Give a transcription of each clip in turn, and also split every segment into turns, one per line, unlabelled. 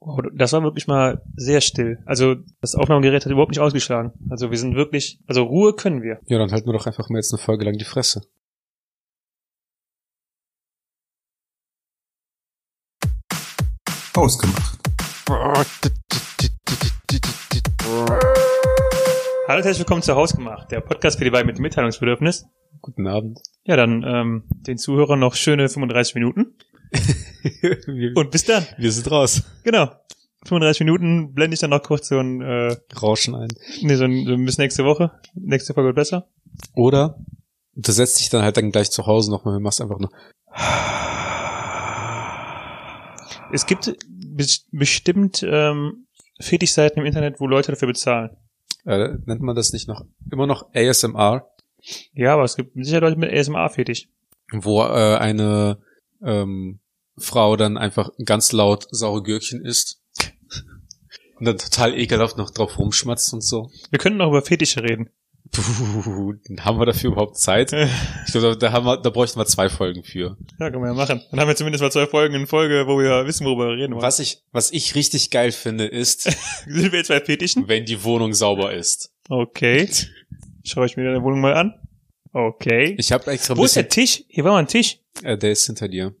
Wow, das war wirklich mal sehr still. Also das Aufnahmegerät hat überhaupt nicht ausgeschlagen. Also wir sind wirklich, also Ruhe können wir.
Ja, dann halten wir doch einfach mal jetzt eine Folge lang die Fresse.
Ausgemacht.
Hallo und herzlich willkommen zu Hausgemacht, der Podcast für die beiden mit Mitteilungsbedürfnis.
Guten Abend.
Ja, dann ähm, den Zuhörern noch schöne 35 Minuten
wir,
und bis dann.
wir sind raus.
Genau. 35 Minuten blende ich dann noch kurz so ein, äh,
Rauschen ein.
nee, so ein, so ein bis nächste Woche. Nächste Folge wird besser.
Oder du setzt dich dann halt dann gleich zu Hause nochmal und machst einfach nur.
Es gibt bes- bestimmt ähm, Fetischseiten im Internet, wo Leute dafür bezahlen.
Äh, nennt man das nicht noch immer noch ASMR,
Ja, aber es gibt sicher Leute mit ASMR-Fetisch.
wo äh, eine ähm, Frau dann einfach ganz laut saure Gürkchen isst und dann total ekelhaft noch drauf rumschmatzt und so.
Wir können noch über Fetische reden.
Puh, haben wir dafür überhaupt Zeit? Ich glaube, da, haben wir, da bräuchten wir zwei Folgen für.
Ja, können wir ja machen. Dann haben wir zumindest mal zwei Folgen in Folge, wo wir wissen, worüber wir reden wollen.
Was ich, was ich richtig geil finde, ist,
Sind wir jetzt bei Fetischen?
wenn die Wohnung sauber ist.
Okay. Schaue ich mir deine Wohnung mal an. Okay.
Ich habe extra ein
Wo ist der
bisschen,
Tisch? Hier war mal ein Tisch.
äh, der ist hinter dir,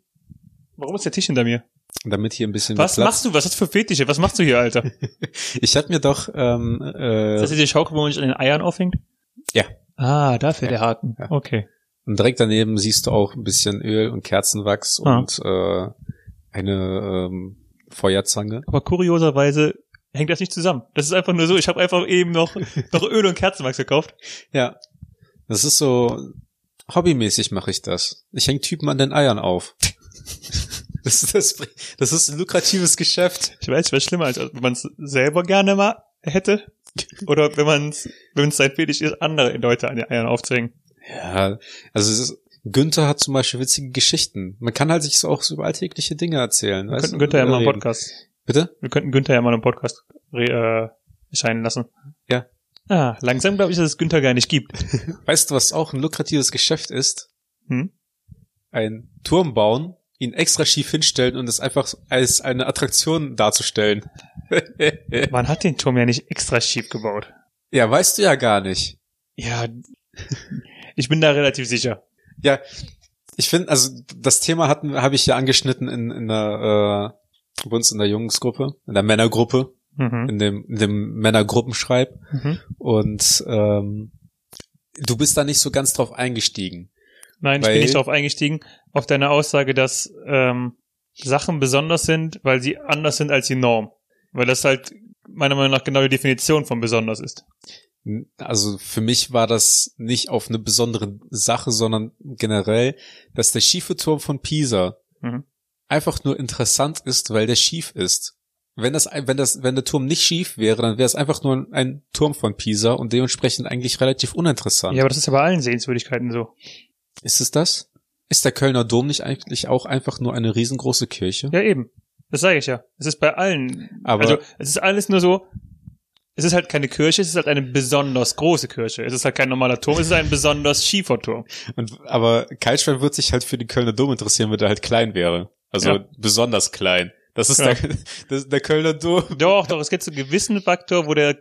Warum ist der Tisch hinter mir?
damit hier ein bisschen
Was
Platz-
machst du? Was hast du für Fetische? Was machst du hier, Alter? Ist
Ich habe mir doch ähm, äh,
das diese Schaukel, wo man sich an den Eiern aufhängt?
Ja.
Ah, dafür
Ja.
der Haken.
Ja.
Okay.
Und direkt daneben siehst du auch ein bisschen Öl und Kerzenwachs
Ah.
und äh, eine ähm, Feuerzange.
Aber kurioserweise hängt das nicht zusammen. Das ist einfach nur so. Ich habe einfach eben noch, noch Öl und Kerzenwachs gekauft.
Ja. Das ist so hobbymäßig mache ich das. Ich häng Typen an den Eiern auf. Das, das, das ist ein lukratives Geschäft.
Ich weiß, was schlimmer als wenn man es selber gerne mal hätte. Oder wenn man es, wenn es sein Fetisch ist, andere Leute an den Eiern aufzuhängen.
Ja, also es ist, Günther hat zum Beispiel witzige Geschichten. Man kann halt sich so auch so über alltägliche Dinge erzählen.
Wir
weißt
könnten
du,
Günther ja mal einen
reden.
Podcast.
Bitte?
Wir könnten Günther ja mal einen Podcast re, äh, erscheinen lassen.
Ja.
Ah, langsam glaube ich, dass es Günther gar nicht gibt.
Weißt du, was auch ein lukratives Geschäft ist?
Hm?
einen Turm bauen, ihn extra schief hinstellen und es einfach als eine Attraktion darzustellen.
Man hat den Turm ja nicht extra schief gebaut.
ja, weißt du ja gar nicht.
Ja, ich bin da relativ sicher.
Ich finde, also das Thema hatten habe ich ja angeschnitten in, in der äh, bei uns in der Jungsgruppe, in der Männergruppe,
Mhm.
in dem, in dem Männergruppenschreib.
Mhm.
Und ähm, du bist da nicht so ganz drauf eingestiegen.
Nein, ich
Weil-
bin nicht darauf eingestiegen, auf deine Aussage, dass ähm, Sachen besonders sind, weil sie anders sind als die Norm. Weil das halt meiner Meinung nach genau die Definition von besonders ist.
Also für mich war das nicht auf eine besondere Sache, sondern generell, dass der schiefe Turm von Pisa
Mhm.
einfach nur interessant ist, weil der schief ist. Wenn das, wenn das, wenn der Turm nicht schief wäre, dann wäre es einfach nur ein, ein Turm von Pisa und dementsprechend eigentlich relativ uninteressant.
Ja, aber das ist ja bei allen Sehenswürdigkeiten so.
Ist es das? Ist der Kölner Dom nicht eigentlich auch einfach nur eine riesengroße Kirche?
Ja, eben. Das sage ich ja. Es ist bei allen.
Aber-
also es ist alles nur so. Es ist halt keine Kirche, es ist halt eine besonders große Kirche. Es ist halt kein normaler Turm, es ist ein besonders schiefer Turm.
Und, aber Kaltschwein wird sich halt für den Kölner Dom interessieren, wenn er halt klein wäre. Also
Ja.
besonders klein. Das ist
Ja.
der, das, ist der Kölner Dom.
Doch, doch, es gibt so einen gewissen Faktor, wo der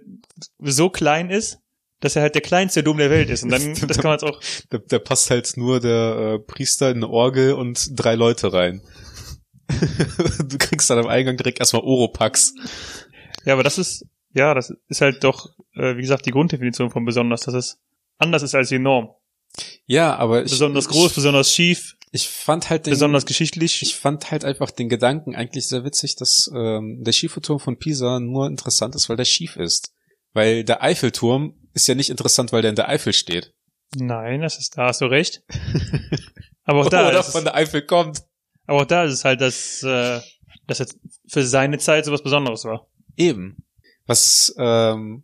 so klein ist, dass er halt der kleinste Dom der Welt ist. Und dann, das kann man jetzt auch.
Da, da passt halt nur der äh, Priester in eine Orgel und drei Leute rein. du kriegst dann am Eingang direkt erstmal Oropax.
Ja, aber das ist, ja, das ist halt doch, äh, wie gesagt, die Grunddefinition von besonders, dass es anders ist als die Norm.
Ja, aber ich,
Besonders groß, besonders schief,
Ich, ich fand halt den,
besonders geschichtlich.
ich fand halt einfach den Gedanken eigentlich sehr witzig, dass ähm, der schiefe Turm von Pisa nur interessant ist, weil der schief ist. Weil der Eiffelturm ist ja nicht interessant, weil der in der Eifel steht.
Nein, das ist, da hast du recht. Aber auch da,
Oder
ist es,
von der Eifel kommt.
aber auch da ist es halt, dass, äh, dass jetzt für seine Zeit sowas Besonderes war.
Eben. Was, ähm,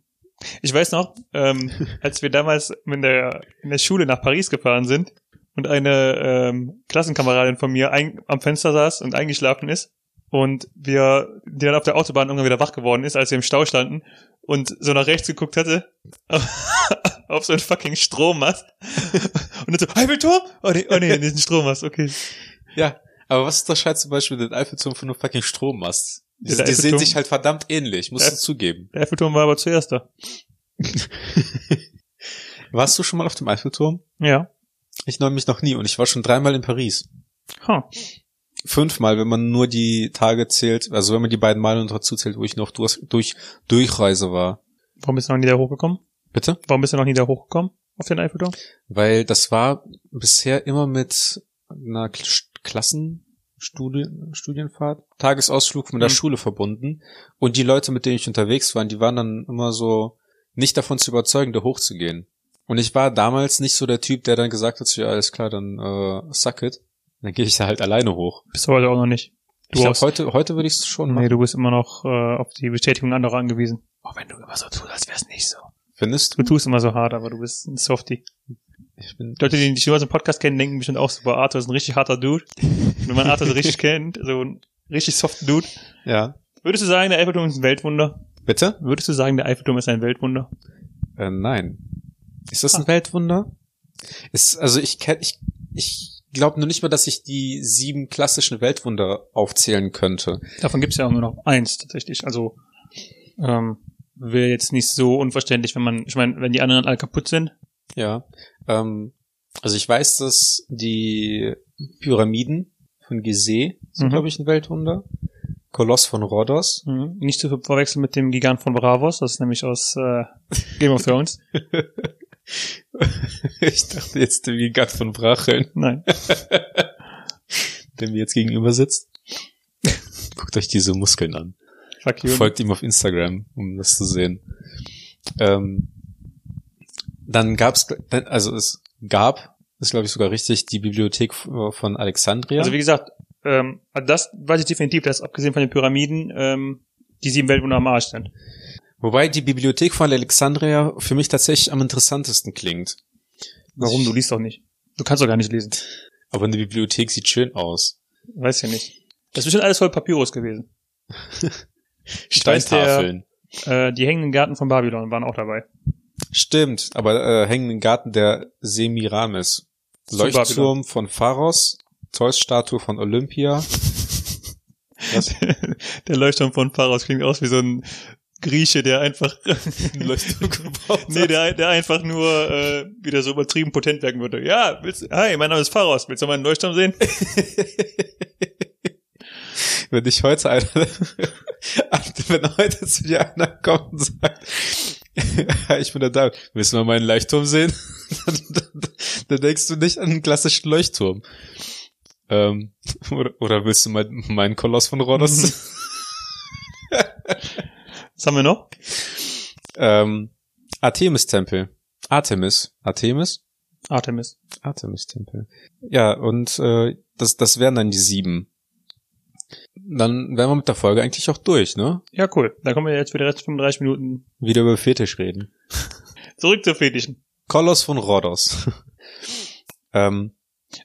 Ich weiß noch, ähm, als wir damals in der, in der Schule nach Paris gefahren sind und eine ähm, Klassenkameradin von mir ein, am Fenster saß und eingeschlafen ist und wir, die dann auf der Autobahn irgendwann wieder wach geworden ist, als wir im Stau standen und so nach rechts geguckt hatte auf so einen fucking Strommast und dann so, Eiffelturm? Oh nee, oh nee, nicht ein Strommast, okay.
ja, aber was unterscheidet zum Beispiel den Eiffelturm von einem fucking Strommast? Die, die sehen
Eiffelturm-
sich halt verdammt ähnlich, musst
Ja.
du zugeben.
Der Eiffelturm war aber zuerst da.
Warst du schon mal auf dem Eiffelturm?
Ja.
Ich neu mich noch nie und ich war schon dreimal in Paris.
Ha.
Fünfmal, wenn man nur die Tage zählt, also wenn man die beiden Male noch dazu zählt, wo ich noch durch, durch Durchreise war.
Warum bist du noch nie da hochgekommen?
Bitte?
Warum bist du noch nie da hochgekommen? Auf den Eiffelturm?
Weil das war bisher immer mit einer Kl- Klassen Studien, Studienfahrt, Tagesausflug mit der
Mhm.
Schule verbunden. Und die Leute, mit denen ich unterwegs war, die waren dann immer so nicht davon zu überzeugen, da hochzugehen. Und ich war damals nicht so der Typ, der dann gesagt hat, so, ja, alles klar, dann äh, suck it. Dann gehe ich da halt alleine hoch.
Bist du heute auch noch nicht.
Ich
Du
glaub,
hast-
heute, heute würde ich es schon machen.
Nee, du bist immer noch äh, auf die Bestätigung anderer angewiesen. Auch Oh, wenn du immer so tust, als wär's nicht so.
Findest du?
Du tust immer so hart, aber du bist ein Softie.
Ich bin,
Die Leute, die dich nur aus dem Podcast kennen, denken bestimmt auch so, boah, Arthur ist ein richtig harter Dude. Wenn man Arthur so richtig kennt, so ein richtig softer Dude.
ja.
Würdest du sagen, der Eiffelturm ist ein Weltwunder?
Bitte?
Würdest du sagen, der Eiffelturm ist ein Weltwunder?
Äh, nein. Ist das ein
Ah.
Weltwunder? Ist, also ich kenn, ich, ich glaube nur nicht mal, dass ich die sieben klassischen Weltwunder aufzählen könnte.
Davon gibt's ja auch nur noch eins tatsächlich. Also ähm, wäre jetzt nicht so unverständlich, wenn man, ich meine, wenn die anderen alle kaputt sind.
Ja. Ähm, also ich weiß, dass die Pyramiden von Gizeh sind,
Mhm.
glaube ich, ein Weltwunder. Koloss von Rhodos.
Mhm. Nicht zu verwechseln mit dem Gigant von Bravos, das ist nämlich aus äh, Game of Thrones.
ich dachte jetzt der Gigant von Bracheln,
Nein.
der mir jetzt gegenüber sitzt. Guckt euch diese Muskeln an.
Fuck you.
Folgt ihm auf Instagram, um das zu sehen. Ähm, dann gab's, dann- also es gab, ist glaube ich sogar richtig, die Bibliothek f- von Alexandria.
Also wie gesagt, ähm, also das weiß ich definitiv, dass abgesehen von den Pyramiden ähm, die sieben Weltwunder am Arsch sind.
Wobei die Bibliothek von Alexandria für mich tatsächlich am interessantesten klingt.
Warum? Du liest doch nicht. Du kannst doch gar nicht lesen.
Aber eine Bibliothek sieht schön aus.
Weiß ja nicht. Das ist bestimmt alles voll Papyrus gewesen. weiß, der-
Steintafeln.
Äh, die hängenden Gärten von Babylon waren auch dabei.
Stimmt, aber äh, hängenden Garten der Semiramis.
Zu
Leuchtturm von Pharos, Zeus-Statue von Olympia. Was?
Der Leuchtturm von Pharos klingt aus wie so ein Grieche, der einfach
Leuchtturm gebaut.
Nee, der, der einfach nur äh, wieder so übertrieben potent wirken würde. Ja, willst Hi, mein Name ist Pharos. Willst du meinen Leuchtturm sehen?
Wenn dich heute einer, wenn heute zu dir einer kommt und sagt, ich bin der da, willst du mal meinen Leuchtturm sehen? dann, dann, dann denkst du nicht an einen klassischen Leuchtturm. Ähm, oder, oder willst du mein, meinen Koloss von Rhodos? sehen?
Was haben wir noch?
ähm, Artemis-Tempel. Artemis. Artemis?
Artemis.
Artemis-Tempel. Ja, und äh, das, das wären dann die sieben. Dann wären wir mit der Folge eigentlich auch durch, ne?
Ja, cool. Dann kommen wir jetzt für die Rest 35 Minuten
Wieder über Fetisch reden.
zurück zu Fetischen.
Kolos von Rhodos. ähm,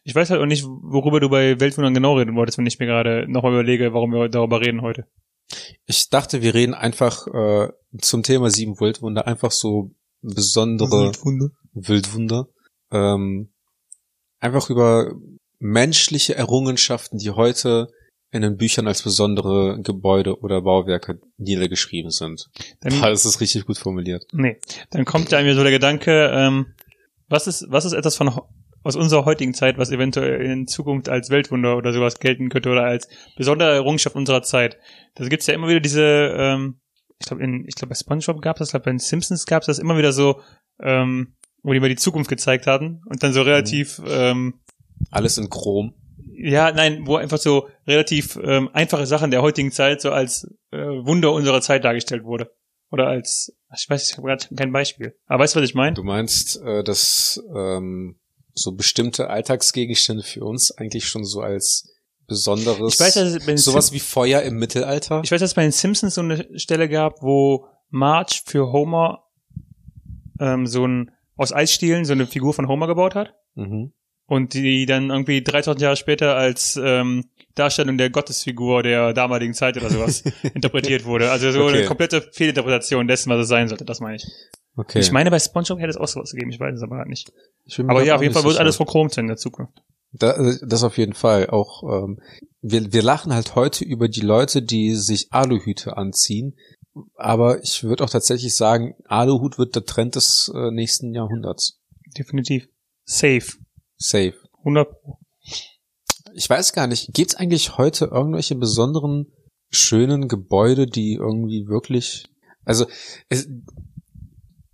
Ich weiß halt auch nicht, worüber du bei Weltwundern genau reden wolltest, wenn ich mir gerade nochmal überlege, warum wir darüber reden heute.
ich dachte, wir reden einfach äh, zum Thema sieben Wildwunder, einfach so
Mhm.
besondere Wildwunder. Ähm, einfach über menschliche Errungenschaften, die heute in den Büchern als besondere Gebäude oder Bauwerke niedergeschrieben sind. Boah,
Dann,
das ist richtig gut formuliert.
nee. Dann kommt ja mir so der Gedanke, ähm, was ist, was ist etwas von ho- aus unserer heutigen Zeit, was eventuell in Zukunft als Weltwunder oder sowas gelten könnte oder als besondere Errungenschaft unserer Zeit. Da gibt's ja immer wieder diese, ähm, ich glaube in, ich glaube bei SpongeBob gab's das, ich glaube bei den Simpsons gab's das immer wieder so, ähm, wo die mal die Zukunft gezeigt hatten und dann so relativ ähm,
Alles in Chrom.
Ja, nein, wo einfach so relativ ähm, einfache Sachen der heutigen Zeit so als äh, Wunder unserer Zeit dargestellt wurde. Oder als, ich weiß, ich habe gerade kein Beispiel. Aber weißt du, was ich meine?
Du meinst, äh, dass ähm, so bestimmte Alltagsgegenstände für uns eigentlich schon so als besonderes
Ich weiß, dass es bei den
Sowas
Sim-
wie Feuer im Mittelalter?
ich weiß, dass es bei den Simpsons so eine Stelle gab, wo Marge für Homer ähm, so ein, aus Eisstielen so eine Figur von Homer gebaut hat.
Mhm.
Und die dann irgendwie 3000 Jahre später als ähm, Darstellung der Gottesfigur der damaligen Zeit oder sowas interpretiert wurde. Also so
Okay.
eine komplette Fehlinterpretation dessen, was es sein sollte, das meine ich.
Okay.
Ich meine, bei SpongeBob hätte es auch sowas gegeben, ich weiß es aber gerade nicht.
Ich bin mir
Aber
da
ja,
auch
auf jeden
nicht
Fall wird
sicher.
alles verchromt sein in der Zukunft.
Da, äh, das auf jeden Fall. Auch ähm, wir, wir lachen halt heute über die Leute, die sich Aluhüte anziehen. Aber ich würde auch tatsächlich sagen, Aluhut wird der Trend des äh, nächsten Jahrhunderts.
Definitiv. Safe. um
Safe.
100 Pro.
Ich weiß gar nicht, gibt's eigentlich heute irgendwelche besonderen schönen Gebäude, die irgendwie wirklich. Also es,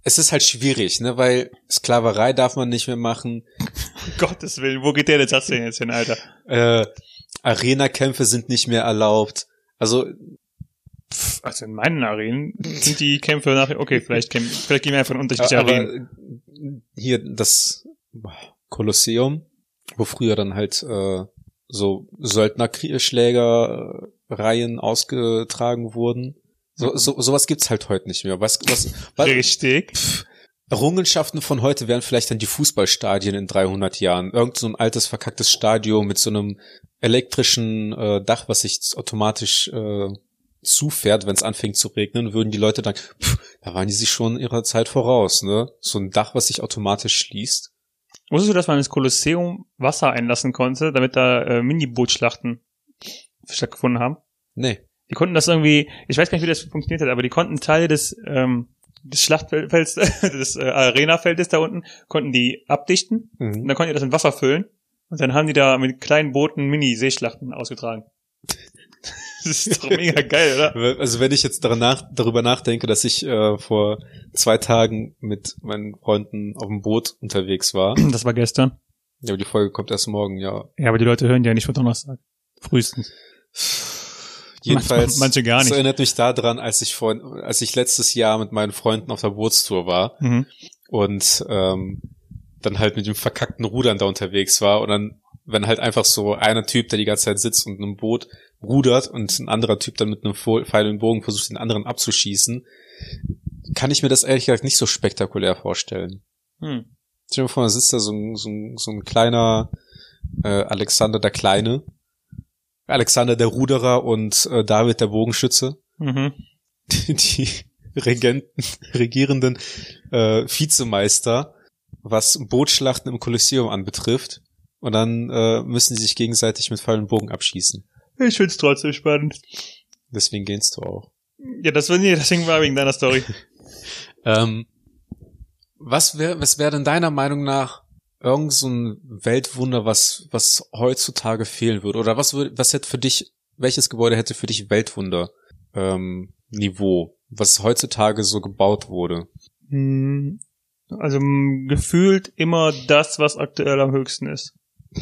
es ist halt schwierig, ne? Weil Sklaverei darf man nicht mehr machen.
Gottes Willen, wo geht der jetzt das denn jetzt hin, Alter?
Äh, Arena-Kämpfe sind nicht mehr erlaubt. Also
Pff, also in meinen Arenen sind die Kämpfe nach. Okay, vielleicht, kämpfen, vielleicht gehen wir einfach in unterschiedliche Arenen.
hier das Kolosseum, wo früher dann halt äh, so Söldnerschlägerreihen ausgetragen wurden. So, so, sowas gibt's halt heute nicht mehr. Was, was, was,
Richtig.
Pff, Errungenschaften von heute wären vielleicht dann die Fußballstadien in 300 Jahren. Irgend so ein altes verkacktes Stadion mit so einem elektrischen äh, Dach, was sich automatisch äh, zufährt, wenn es anfängt zu regnen, würden die Leute dann, pff, da waren die sich schon ihrer Zeit voraus, ne? So ein Dach, was sich automatisch schließt.
Wusstest du, dass man ins Kolosseum Wasser einlassen konnte, damit da äh, Minibootschlachten stattgefunden haben?
Nee.
Die konnten das irgendwie, ich weiß gar nicht, wie das funktioniert hat, aber die konnten Teile des, ähm, des Schlachtfelds, des äh, Arenafeldes da unten, konnten die abdichten
Mhm.
und dann konnten die das mit Wasser füllen und dann haben die da mit kleinen Booten Mini-Seeschlachten ausgetragen. das ist doch mega geil, oder?
Also wenn ich jetzt danach, darüber nachdenke, dass ich äh, vor zwei Tagen mit meinen Freunden auf dem Boot unterwegs war.
Das war gestern.
Ja, aber die Folge kommt erst morgen, ja.
Ja, aber die Leute hören ja nicht von Donnerstag. Frühestens.
Jedenfalls,
manche gar
das
nicht.
erinnert mich daran, als ich vor, als ich letztes Jahr mit meinen Freunden auf der Bootstour war
Mhm.
und ähm, dann halt mit dem verkackten Rudern da unterwegs war und dann, wenn halt einfach so einer Typ, der die ganze Zeit sitzt und in einem Boot rudert und ein anderer Typ dann mit einem Fo- Pfeil und Bogen versucht, den anderen abzuschießen, kann ich mir das ehrlich gesagt nicht so spektakulär vorstellen.
Hm.
Stell dir mal vor, da sitzt da so ein, so ein, so ein kleiner äh, Alexander der Kleine, Alexander der Ruderer und äh, David der Bogenschütze
Mhm.
die Regenten, regierenden äh, Vizemeister, was Bootschlachten im Kolosseum anbetrifft. Und dann äh, müssen sie sich gegenseitig mit Pfeil und Bogen abschießen.
Ich find's trotzdem spannend.
Deswegen gehst du auch.
Ja, das war, nee, das hing war wegen deiner Story.
Ähm, was wäre was wär denn deiner Meinung nach irgend so ein Weltwunder, was, was heutzutage fehlen würde? Oder was würde, was hätte für dich, welches Gebäude hätte für dich Weltwunder ähm, Niveau, was heutzutage so gebaut wurde?
Hm, Also m, gefühlt immer das, was aktuell am höchsten ist.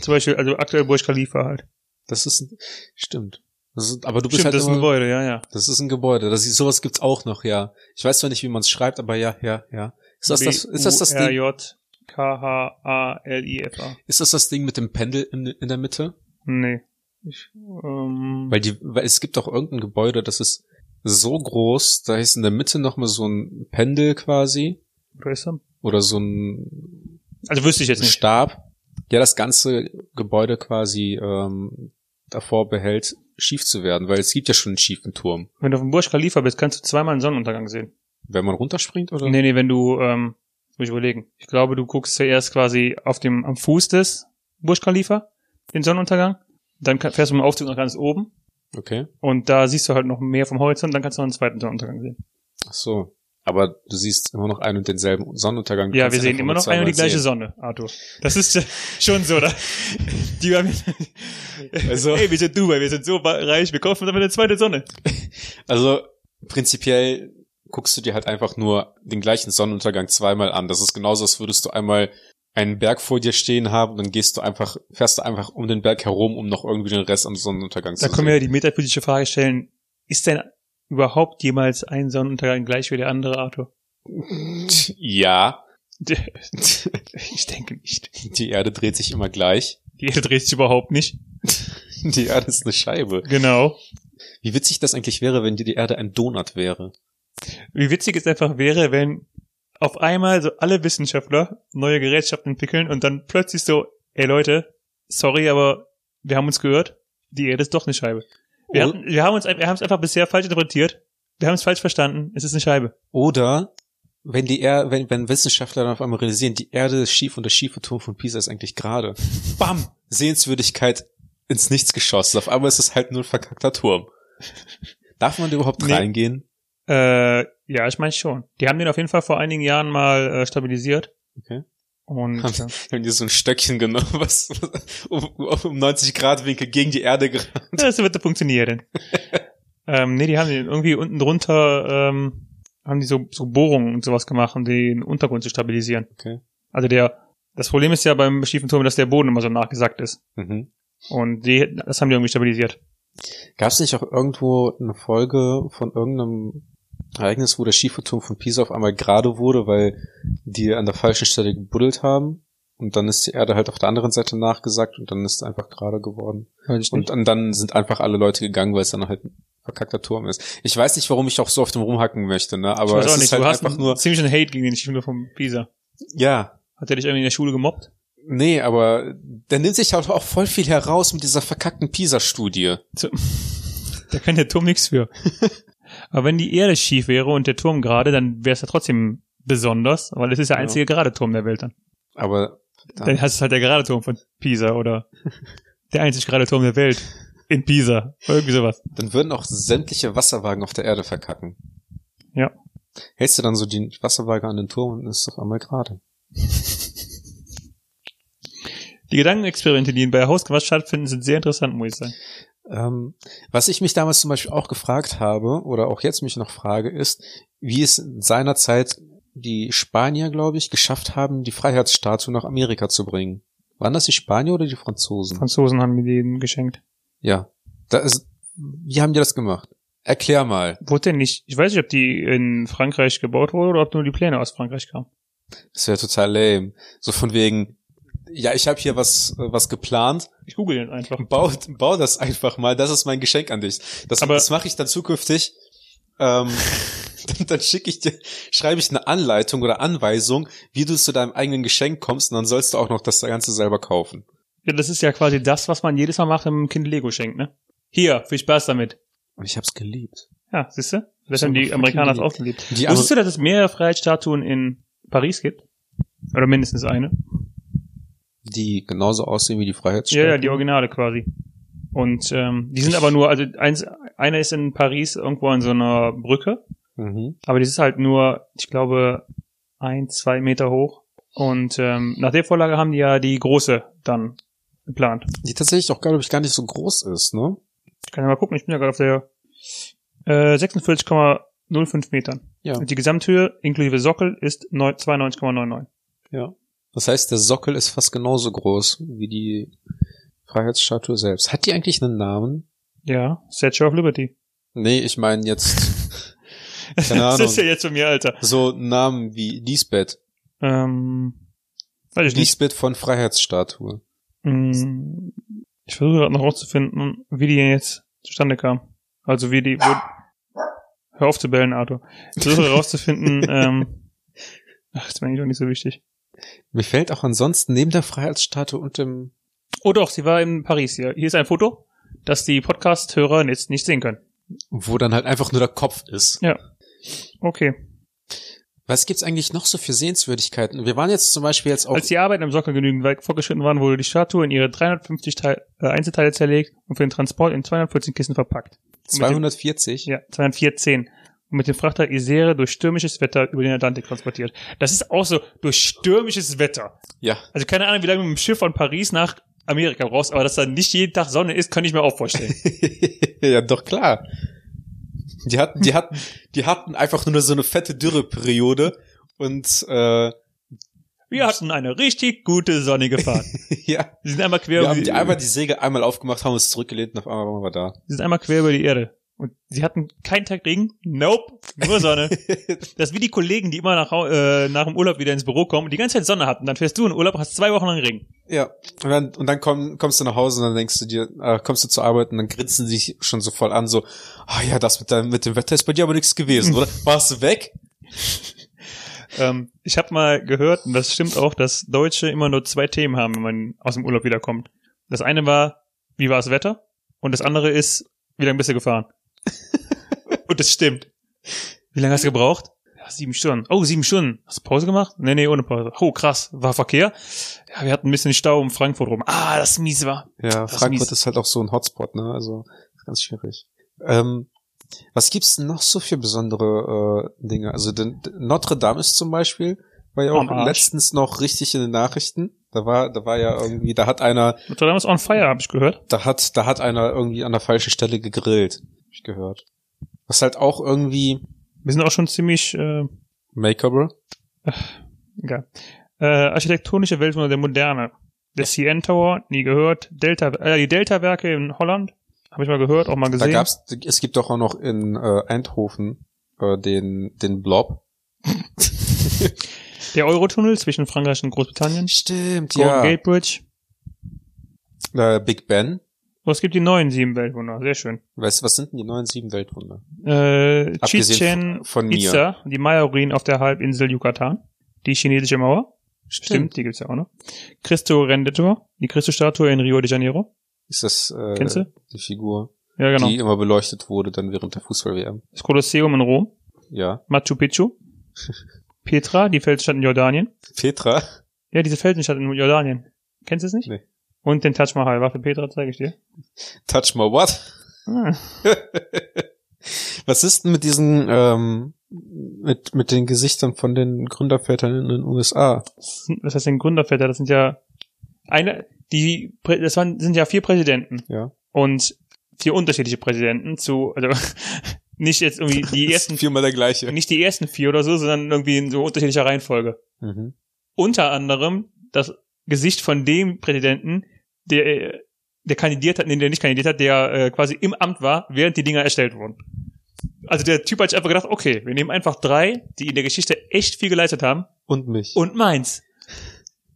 Zum Beispiel, also aktuell Burj Khalifa halt.
Das ist stimmt. Das ist, aber du bist
Stimmt,
halt
das ist ein
immer,
Gebäude, ja, ja.
das ist ein Gebäude. Das ist, sowas gibt's auch noch, ja. Ich weiß zwar nicht, wie man es schreibt, aber ja, ja, ja. Ist das das, ist das das Ding,
J K H A L I F A.
ist das das Ding mit dem Pendel in, in der Mitte?
Nee. Ich, ähm,
Weil die, weil es gibt auch irgendein Gebäude, das ist so groß, da ist in der Mitte nochmal so ein Pendel quasi
weißt du?
oder so ein
also wüsste ich jetzt nicht.
Stab, der das ganze Gebäude quasi ähm, davor behält, schief zu werden, weil es gibt ja schon einen schiefen Turm.
Wenn du auf dem Burj Khalifa bist, kannst du zweimal einen Sonnenuntergang sehen.
Wenn man runterspringt oder?
Nee, nee, wenn du, ähm, muss ich überlegen. Ich glaube, du guckst zuerst quasi auf dem, am Fuß des Burj Khalifa, den Sonnenuntergang. Dann kann, fährst du mit dem Aufzug nach ganz oben
Okay.
und da siehst du halt noch mehr vom Horizont, dann kannst du noch einen zweiten Sonnenuntergang sehen.
Ach so. Aber du siehst immer noch einen und denselben Sonnenuntergang. Du
ja,
kannst
wir
ihn
sehen
einfach
immer
nur
noch eine und die
zweimal
gleiche Sonne, Arthur. Das ist äh, schon so, oder? Die haben,
Also-
Ey, wir sind Dubai, wir sind so ba- reich, wir kaufen uns aber eine zweite Sonne.
sehen. Also prinzipiell guckst du dir halt einfach nur den gleichen Sonnenuntergang zweimal an. Das ist genauso, als würdest du einmal einen Berg vor dir stehen haben und dann gehst du einfach, fährst du einfach um den Berg herum, um noch irgendwie den Rest am Sonnenuntergang
Da
zu
können
sehen.
wir ja die metaphysische Frage stellen, ist denn überhaupt jemals ein Sonnenuntergang gleich wie der andere, Arthur?
ja,
Ich denke nicht.
die Erde dreht sich immer gleich.
Die Erde dreht sich überhaupt nicht.
Die Erde ist eine Scheibe.
Genau.
Wie witzig das eigentlich wäre, wenn die die Erde ein Donut wäre.
Wie witzig es einfach wäre, wenn auf einmal so alle Wissenschaftler neue Gerätschaften entwickeln und dann plötzlich so, ey Leute, sorry, aber wir haben uns gehört, die Erde ist doch eine Scheibe. Wir,
O-
haben, wir haben uns ein- wir haben es einfach bisher falsch interpretiert. Wir haben es falsch verstanden. Es ist eine Scheibe.
Oder wenn die er wenn, wenn Wissenschaftler dann auf einmal realisieren, die Erde ist schief und der schiefe Turm von Pisa ist eigentlich gerade. Bam! Sehenswürdigkeit ins Nichts geschossen. Auf einmal ist es halt nur ein verkackter Turm. Darf man da überhaupt
Nee.
reingehen?
Äh, ja, ich meine schon. Die haben den auf jeden Fall vor einigen Jahren mal äh, stabilisiert.
Okay.
Und äh,
Haben, haben die so ein Stöckchen genommen, was um, um 90 Grad Winkel gegen die Erde gerannt.
das wird funktionieren. ähm, nee, die haben den irgendwie unten drunter, ähm, haben die so, so Bohrungen und sowas gemacht, um den Untergrund zu stabilisieren.
Okay.
Also der, das Problem ist ja beim schiefen Turm, dass der Boden immer so nachgesackt ist.
Mhm.
Und die, das haben die irgendwie stabilisiert.
Gab es nicht auch irgendwo eine Folge von irgendeinem Ereignis, wo der schiefe Turm von Pisa auf einmal gerade wurde, weil die an der falschen Stelle gebuddelt haben? Und dann ist die Erde halt auf der anderen Seite nachgesackt und dann ist es einfach gerade geworden. Und, und dann sind einfach alle Leute gegangen, weil es dann halt ein verkackter Turm ist. Ich weiß nicht, warum ich auch so auf dem rumhacken möchte, ne?
ich
Aber
weiß
es
auch
ist
nicht,
halt
du hast
einfach
einen
nur,
ziemlichen Hate gegen den schiefen Turm von Pisa.
ja,
Hat er dich irgendwie in der Schule gemobbt?
Nee, aber der nimmt sich halt auch voll viel heraus mit dieser verkackten PISA-Studie.
So. Da kann der Turm nichts für. Aber wenn die Erde schief wäre und der Turm gerade, dann wäre es ja trotzdem besonders, weil es ist der
Ja.
einzige gerade Turm der Welt dann.
Aber
Dann hast du halt der gerade Turm von Pisa oder der einzig gerade Turm der Welt in Pisa oder irgendwie sowas.
dann würden auch sämtliche Wasserwagen auf der Erde verkacken.
Ja.
Hältst du dann so die Wasserwaage an den Turm und ist auf einmal gerade.
Die Gedankenexperimente, die bei Hausgewalt stattfinden, sind sehr interessant, muss ich sagen.
Ähm, was ich mich damals zum Beispiel auch gefragt habe, oder auch jetzt mich noch frage, ist, wie es in seiner Zeit die Spanier, glaube ich, geschafft haben, die Freiheitsstatue nach Amerika zu bringen. Waren das die Spanier oder die Franzosen?
Franzosen haben mir den geschenkt.
ja. Da ist, wie haben die das gemacht? Erklär mal.
Wurde denn nicht, ich weiß nicht, ob die in Frankreich gebaut wurde oder ob nur die Pläne aus Frankreich kamen.
Das wäre total lame. So von wegen, ja, ich habe hier was, äh, was geplant.
Ich google den einfach.
Bau, bau das einfach mal. Das ist mein Geschenk an dich. Das,
Aber-
das mache ich dann zukünftig. Ähm, dann dann schicke ich dir, schreibe ich eine Anleitung oder Anweisung, wie du zu deinem eigenen Geschenk kommst und dann sollst du auch noch das Ganze selber kaufen.
Ja, das ist ja quasi das, was man jedes Mal macht, wenn man einem Kind Lego schenkt, ne? Hier, viel Spaß damit.
Und ich hab's geliebt.
Ja, siehst du? Vielleicht
So
haben die
fucking
Amerikaner es
lieb.
auch geliebt.
Die
Wusstest du, dass es mehrere Freiheitsstatuen in Paris gibt? Oder mindestens eine?
die genauso aussehen wie die
Ja,
Freiheitsstatue.
ja, die Originale quasi. Und ähm, die sind aber nur, also eins, einer ist in Paris irgendwo an so einer Brücke,
Mhm.
aber die ist halt nur, ich glaube, ein, zwei Meter hoch. Und ähm, nach der Vorlage haben die ja die große dann geplant.
Die tatsächlich auch, glaube ich, gar nicht so groß ist, ne?
Ich kann ja mal gucken, ich bin ja gerade auf der äh, 46,05 Metern.
Ja.
Und die Gesamthöhe inklusive Sockel ist neun- 92,99.
Das heißt, der Sockel ist fast genauso groß wie die Freiheitsstatue selbst. Hat die eigentlich einen Namen?
Ja, Statue of Liberty.
Nee, ich meine jetzt Keine
das
Ahnung.
ist ja jetzt bei mir, Alter.
so Namen wie Lisbeth.
Ähm, weiß ich nicht.
Lisbeth von Freiheitsstatue.
Mm, Ich versuche gerade noch rauszufinden, wie die jetzt zustande kam. Also wie die. Wo, hör auf zu bellen, Arthur. Ich versuche herauszufinden, ähm. Ach, das ist mir eigentlich auch nicht so wichtig.
Mir fällt auch ansonsten neben der Freiheitsstatue und dem
Oh doch, sie war in Paris hier. Hier ist ein Foto, das die Podcast-Hörer jetzt nicht sehen können.
wo dann halt einfach nur der Kopf ist.
Okay.
Was gibt's eigentlich noch so für Sehenswürdigkeiten? Wir waren jetzt zum Beispiel jetzt auch
Als die Arbeiten am Sockel genügend weit fortgeschritten waren, wurde die Statue in ihre 350 Teil, äh, Einzelteile zerlegt und für den Transport in 214 Kissen verpackt.
240.
Ja, 214. Und mit dem Frachter Isere durch stürmisches Wetter über den Atlantik transportiert. Das ist auch so, durch stürmisches Wetter.
Ja.
Also keine Ahnung, wie lange du mit dem Schiff von Paris nach Amerika brauchst, aber dass da nicht jeden Tag Sonne ist, kann ich mir auch vorstellen.
ja, doch klar. Die hatten, die hatten, die hatten einfach nur so eine fette Dürreperiode und äh,
Wir hatten eine richtig gute sonnige Fahrt.
ja,
Wir sind einmal quer,
Wir haben
über,
die einmal die Segel einmal aufgemacht, haben uns zurückgelehnt und auf einmal waren wir
wir
da.
sind einmal quer über die Erde. Und sie hatten keinen Tag Regen? Nope, nur Sonne. Das ist wie die Kollegen, die immer nach, Hau- äh, nach dem Urlaub wieder ins Büro kommen und die ganze Zeit Sonne hatten. Dann fährst du in den Urlaub, hast zwei Wochen lang Regen.
ja. Und dann, und dann komm, kommst du nach Hause und dann denkst du dir, äh, kommst du zur Arbeit und dann grinsen sie dich schon so voll an, so, ah ja, das mit, deinem, mit dem Wetter ist bei dir aber nichts gewesen, oder? Warst du weg?
Ähm, ich habe mal gehört, und das stimmt auch, dass Deutsche immer nur zwei Themen haben, wenn man aus dem Urlaub wiederkommt. Das eine war, wie war das Wetter? Und das andere ist, wie lange bist du gefahren? und das stimmt. Wie lange hast du gebraucht? Ja, Ja, sieben Stunden. Oh, sieben Stunden. Hast du Pause gemacht? Nee, nee, ohne Pause. Oh, krass. War Verkehr? Ja, wir hatten ein bisschen Stau um Frankfurt rum. Ah, das mies war.
Ja,
Das
Frankfurt
mies.
ist halt auch so ein Hotspot, ne? Also ganz schwierig. Ähm, was gibt's denn noch so für besondere äh, Dinge? Also den, den Notre Dame ist zum Beispiel war ja
Am
auch
Arsch.
letztens noch richtig in den Nachrichten. Da war, da war ja irgendwie, da hat einer,
Notre Dame ist on fire, habe ich gehört.
da hat, da hat einer irgendwie an der falschen Stelle gegrillt, hab ich gehört. Was halt auch irgendwie
Wir sind auch schon ziemlich, äh,
makeable.
egal. Äh, architektonische Weltwunder der Moderne. Der CN Tower, nie gehört. Delta, äh, die Delta-Werke in Holland, habe ich mal gehört, auch mal
Da
gesehen.
gab's, es gibt doch auch noch in äh, Eindhoven äh, den, den Blob.
Der Eurotunnel zwischen Frankreich und Großbritannien.
Stimmt,
Golden
ja.
Gate Bridge.
Äh, Big Ben.
Oh, es gibt die neuen sieben Weltwunder, sehr schön.
Weißt du, was sind denn die neuen sieben Weltwunder?
Äh,
Abgesehen
Chichen
von mir.
Itza, die Maya-Ruinen auf der Halbinsel Yucatan, die chinesische Mauer, stimmt, die gibt's ja auch noch. Cristo Renditor, die Christo-Statue in Rio de Janeiro,
Ist das äh,
kennst du?
die Figur,
Ja, genau.
die immer beleuchtet wurde dann während der Fußball-WM?
Das Kolosseum in Rom,
Ja.
Machu Picchu, Petra, die Felsenstadt in Jordanien.
Petra.
Ja, diese Felsenstadt in Jordanien. Kennst du es nicht?
Nee.
Und den Taj Mahal. Warte, Petra, zeige ich dir.
Touch my what?
Ah,
Was ist denn mit diesen, ähm, mit, mit den Gesichtern von den Gründervätern in den USA?
das sind- was heißt denn Gründerväter? Das sind ja eine, die, Prä- das waren, sind ja vier Präsidenten.
Ja.
Und vier unterschiedliche Präsidenten zu, also nicht jetzt irgendwie die ersten,
viermal der gleiche.
nicht die ersten vier oder so, sondern irgendwie in so unterschiedlicher Reihenfolge.
Mhm.
Unter anderem das Gesicht von dem Präsidenten, der, äh, der kandidiert hat, nee, der nicht kandidiert hat, der äh, quasi im Amt war, während die Dinger erstellt wurden. Also der Typ hat sich einfach gedacht, okay, wir nehmen einfach drei, die in der Geschichte echt viel geleistet haben,
Und mich.
und meins.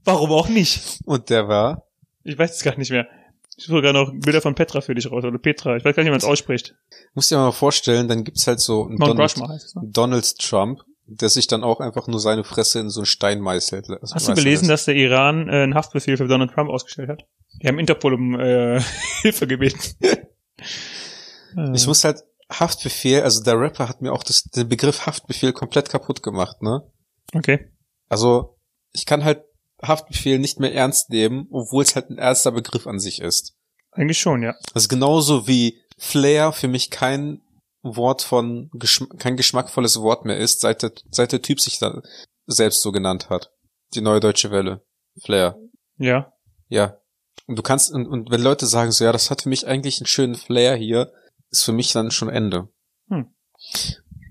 Warum auch nicht?
Und der war?
Ich weiß es gar nicht mehr. Ich suche sogar noch Bilder von Petra für dich raus, oder Petra. Ich weiß gar nicht, wie man es ausspricht.
Muss dir mal vorstellen, dann gibt's halt so einen
Mount
Donald,
Rushmore heißt es. Ne?
Donald Trump, der sich dann auch einfach nur seine Fresse in so einen Stein meißelt. Also
Hast du gelesen, dass der Iran äh, einen Haftbefehl für Donald Trump ausgestellt hat? Die haben Interpol um äh, Hilfe gebeten. Äh,
Ich muss halt Haftbefehl, also der Rapper hat mir auch das, den Begriff Haftbefehl komplett kaputt gemacht, ne?
okay.
Also, ich kann halt Haftbefehl nicht mehr ernst nehmen, obwohl es halt ein ernster Begriff an sich ist.
Eigentlich schon, ja.
Das ist genauso wie Flair für mich kein Wort von, Geschm kein geschmackvolles Wort mehr ist, seit der, seit der Typ sich dann selbst so genannt hat. Die neue deutsche Welle. Flair.
Ja.
Ja. Und du kannst, und, und wenn Leute sagen so, ja, das hat für mich eigentlich einen schönen Flair hier, ist für mich dann schon Ende.
Hm.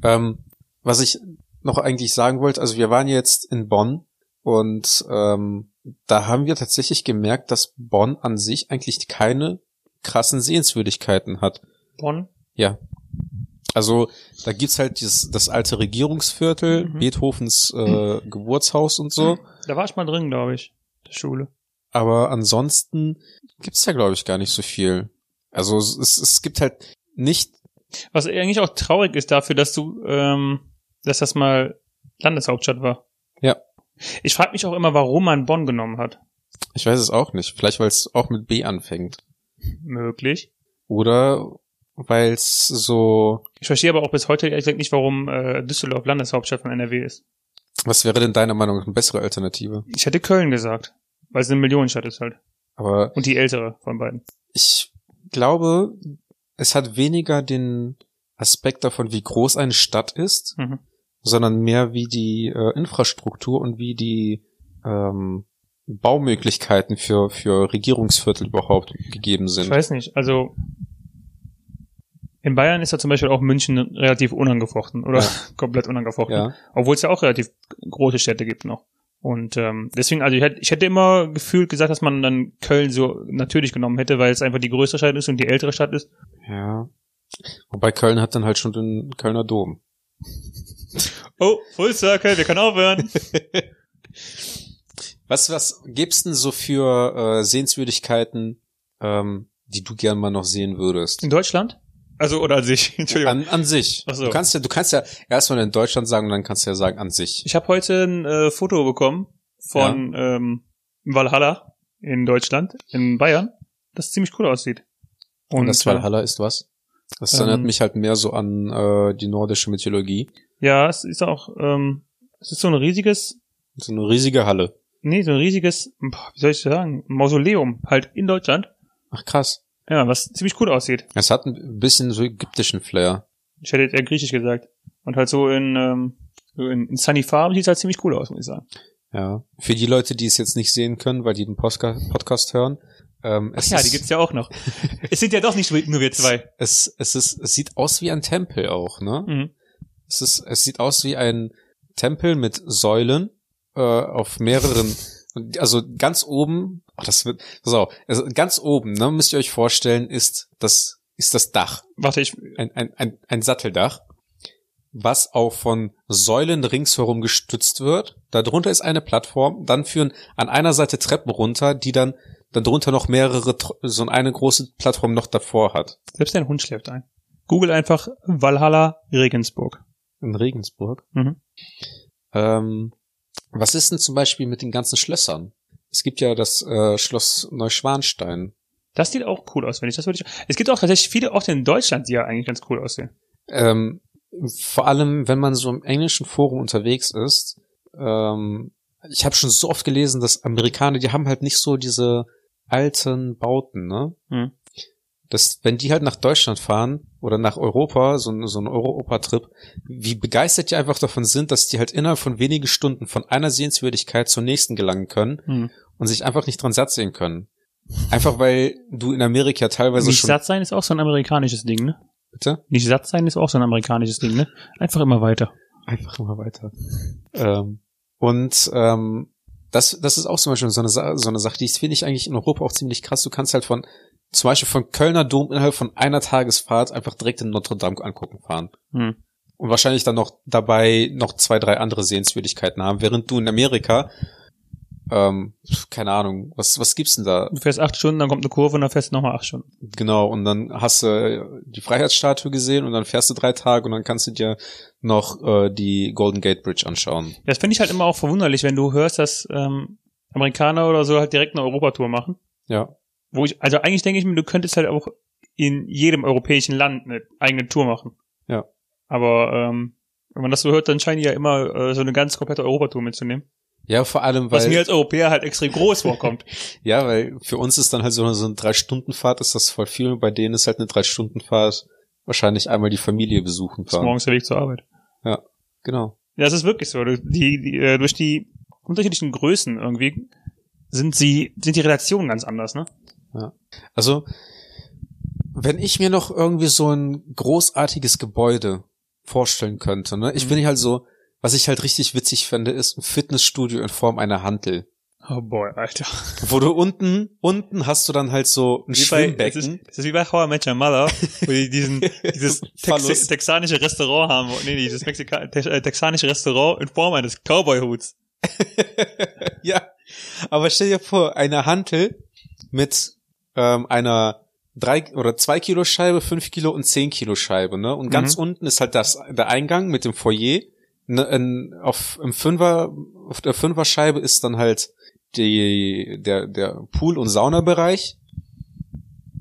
Ähm, was ich noch eigentlich sagen wollte, also wir waren jetzt in Bonn und ähm, da haben wir tatsächlich gemerkt, dass Bonn an sich eigentlich keine krassen Sehenswürdigkeiten hat.
Bonn.
Also da gibt's halt dieses, das alte Regierungsviertel,
Mhm.
Beethovens äh, Geburtshaus und so.
Da war ich mal drin, glaube ich. Der Schule.
Aber ansonsten gibt's da, glaube ich, gar nicht so viel. Also es, es es gibt halt nicht.
Was eigentlich auch traurig ist dafür, dass du, ähm, dass das mal Landeshauptstadt war.
Ja.
Ich frage mich auch immer, warum man Bonn genommen hat.
Ich weiß es auch nicht. Vielleicht, weil es auch mit B anfängt.
Möglich.
Oder weil es so.
Ich verstehe aber auch bis heute ehrlich gesagt nicht, warum äh, Düsseldorf Landeshauptstadt von NRW ist.
Was wäre denn deiner Meinung nach eine bessere Alternative?
Ich hätte Köln gesagt, weil es eine Millionenstadt ist halt.
Aber
Und die ältere von beiden.
ich glaube, es hat weniger den Aspekt davon, wie groß eine Stadt ist,
Mhm.
sondern mehr wie die äh, Infrastruktur und wie die ähm, Baumöglichkeiten für, für Regierungsviertel überhaupt gegeben
Ich
sind.
weiß nicht, also in Bayern ist ja zum Beispiel auch München relativ unangefochten oder
Ja.
komplett unangefochten.
Ja.
Obwohl es ja auch relativ große Städte gibt noch. Und ähm, deswegen, also ich hätte, ich hätte immer gefühlt gesagt, dass man dann Köln so natürlich genommen hätte, weil es einfach die größere Stadt ist und die ältere Stadt ist.
Ja. Wobei Köln hat dann halt schon den Kölner Dom.
Oh, Full Circle, wir können aufhören.
Was, was gibt's denn so für äh, Sehenswürdigkeiten, ähm, die du gern mal noch sehen würdest?
In Deutschland? Also oder an sich, Entschuldigung.
An, an sich.
Ach so.
Du kannst ja, du kannst ja erstmal in Deutschland sagen und dann kannst du ja sagen an sich.
Ich habe heute ein äh, Foto bekommen von ähm, Valhalla in Ähm. Deutschland, in Bayern, das ziemlich cool aussieht.
Und das
äh,
Valhalla ist was? Das erinnert mich halt mehr so an äh, die nordische Mythologie.
Ja, es ist auch, ähm, es ist so ein riesiges,
So eine riesige Halle.
nee, so ein riesiges, boah, wie soll ich sagen, Mausoleum halt in Deutschland.
Ach krass.
Ja, was ziemlich cool aussieht.
Es hat ein bisschen so ägyptischen Flair.
Ich hätte jetzt eher griechisch gesagt. Und halt so in, ähm, so in, in Sunny Farm sieht es halt ziemlich cool aus, muss ich sagen.
Ja. Für die Leute, die es jetzt nicht sehen können, weil die den Postka Podcast hören. Ähm,
Ach
es
ja,
ist,
die gibt's ja auch noch. es sind ja doch nicht nur wir zwei.
es, es, ist, es sieht aus wie ein Tempel auch, ne?
Mhm.
Es, ist, es sieht aus wie ein Tempel mit Säulen äh, auf mehreren, also ganz oben, ach, das wird, pass auf, also ganz oben, ne, müsst ihr euch vorstellen, ist das, ist das Dach,
Warte, ich,
ein, ein, ein, ein Satteldach, was auch von Säulen ringsherum gestützt wird. Darunter ist eine Plattform, dann führen an einer Seite Treppen runter, die dann dann drunter noch mehrere, Tr- so eine große Plattform noch davor hat.
selbst dein Hund schläft ein. Google einfach Valhalla Regensburg.
In Regensburg.
Mhm.
Ähm, was ist denn zum Beispiel mit den ganzen Schlössern? Es gibt ja das äh, Schloss Neuschwanstein.
Das sieht auch cool aus, wenn ich das würde. Ich, es gibt auch tatsächlich viele Orte in Deutschland, die ja eigentlich ganz cool aussehen.
Ähm, vor allem, wenn man so im englischen Forum unterwegs ist, ähm, ich habe schon so oft gelesen, dass Amerikaner, die haben halt nicht so diese alten Bauten, ne?
Mhm.
Dass, wenn die halt nach Deutschland fahren oder nach Europa, so, ein- so ein Europa-Trip, wie begeistert die einfach davon sind, dass die halt innerhalb von wenigen Stunden von einer Sehenswürdigkeit zur nächsten gelangen können
Mhm.
und sich einfach nicht dran satt sehen können. Einfach weil du in Amerika teilweise
nicht
Also schon.
satt sein ist auch so ein amerikanisches Ding, ne?
Bitte?
Nicht satt sein ist auch so ein amerikanisches Ding, ne? Einfach immer weiter.
Einfach immer weiter. Ähm, und ähm, das, das ist auch zum Beispiel so eine, Sa so eine Sache, die finde ich eigentlich in Europa auch ziemlich krass. Du kannst halt von, zum Beispiel von Kölner Dom innerhalb von einer Tagesfahrt einfach direkt in Notre Dame angucken fahren.
Mhm.
Und wahrscheinlich dann noch dabei noch zwei, drei andere Sehenswürdigkeiten haben, während du in Amerika, ähm, keine Ahnung, was, was gibt's denn da?
Du fährst acht Stunden, dann kommt eine Kurve und dann fährst du nochmal acht Stunden.
Genau, und dann hast du äh, die Freiheitsstatue gesehen und dann fährst du drei Tage und dann kannst du dir noch äh, die Golden Gate Bridge anschauen.
Das finde ich halt immer auch verwunderlich, wenn du hörst, dass ähm, Amerikaner oder so halt direkt eine Europatour machen.
Ja.
Wo ich, also eigentlich denke ich mir, du könntest halt auch in jedem europäischen Land eine eigene Tour machen.
Ja.
Aber ähm, wenn man das so hört, dann scheinen die ja immer äh, so eine ganz komplette Europatour mitzunehmen.
Ja, vor allem,
was
weil,
mir als Europäer halt extrem groß vorkommt.
ja, weil für uns ist dann halt so, so eine Drei-Stunden-Fahrt ist das voll viel und bei denen ist halt eine Drei-Stunden-Fahrt wahrscheinlich einmal die Familie besuchen
Das ist
fahren.
morgens der Weg zur Arbeit.
Genau.
Das ist wirklich so. Du- Die, die, äh, durch die unterschiedlichen Größen irgendwie sind sie, sind die Relationen ganz anders, ne?
Also, wenn ich mir noch irgendwie so ein großartiges Gebäude vorstellen könnte, ne? Ich
Mhm.
bin halt so, was ich halt richtig witzig finde, ist ein Fitnessstudio in Form einer Hantel.
Oh boy, Alter.
Wo du unten, unten hast du dann halt
Wie
so ein
bei, es ist,
Schwimmbecken.
es ist wie bei How I Met Your Mother, wo die diesen, dieses
Phallus.
Tex texanische Restaurant haben. Nee, nee, dieses Mexika tex äh, texanische Restaurant in Form eines Cowboy-Huts.
ja. Aber stell dir vor, eine Hantel mit ähm, einer drei oder zwei Kilo Scheibe, fünf Kilo und zehn Kilo Scheibe, ne? Und ganz
Mhm.
unten ist halt das der Eingang mit dem Foyer. Ne, in, auf im Fünfer auf der Fünferscheibe ist dann halt die der der Pool und Saunabereich.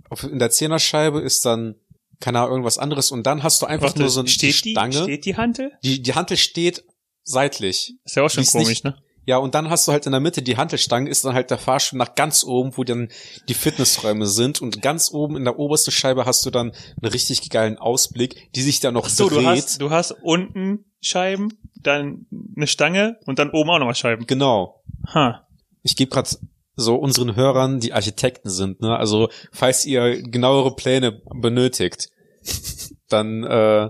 Auf, in der Zehnerscheibe ist dann keine Ahnung, irgendwas anderes und dann hast du einfach
Warte,
nur so eine
steht die,
Stange.
steht die Hantel?
die die Hantel steht seitlich.
Ist ja auch schon
Die ist
komisch,
nicht-
ne?
Ja, und dann hast du halt in der Mitte die Hantelstange, ist dann halt der Fahrstuhl nach ganz oben, wo dann die Fitnessräume sind. Und ganz oben in der obersten Scheibe hast du dann einen richtig geilen Ausblick, die sich dann noch
So,
dreht.
du hast, du hast unten Scheiben, dann eine Stange und dann oben auch nochmal Scheiben.
genau.
Ha.
Ich gebe gerade so unseren Hörern, die Architekten sind, ne? Also, falls ihr genauere Pläne benötigt, dann äh,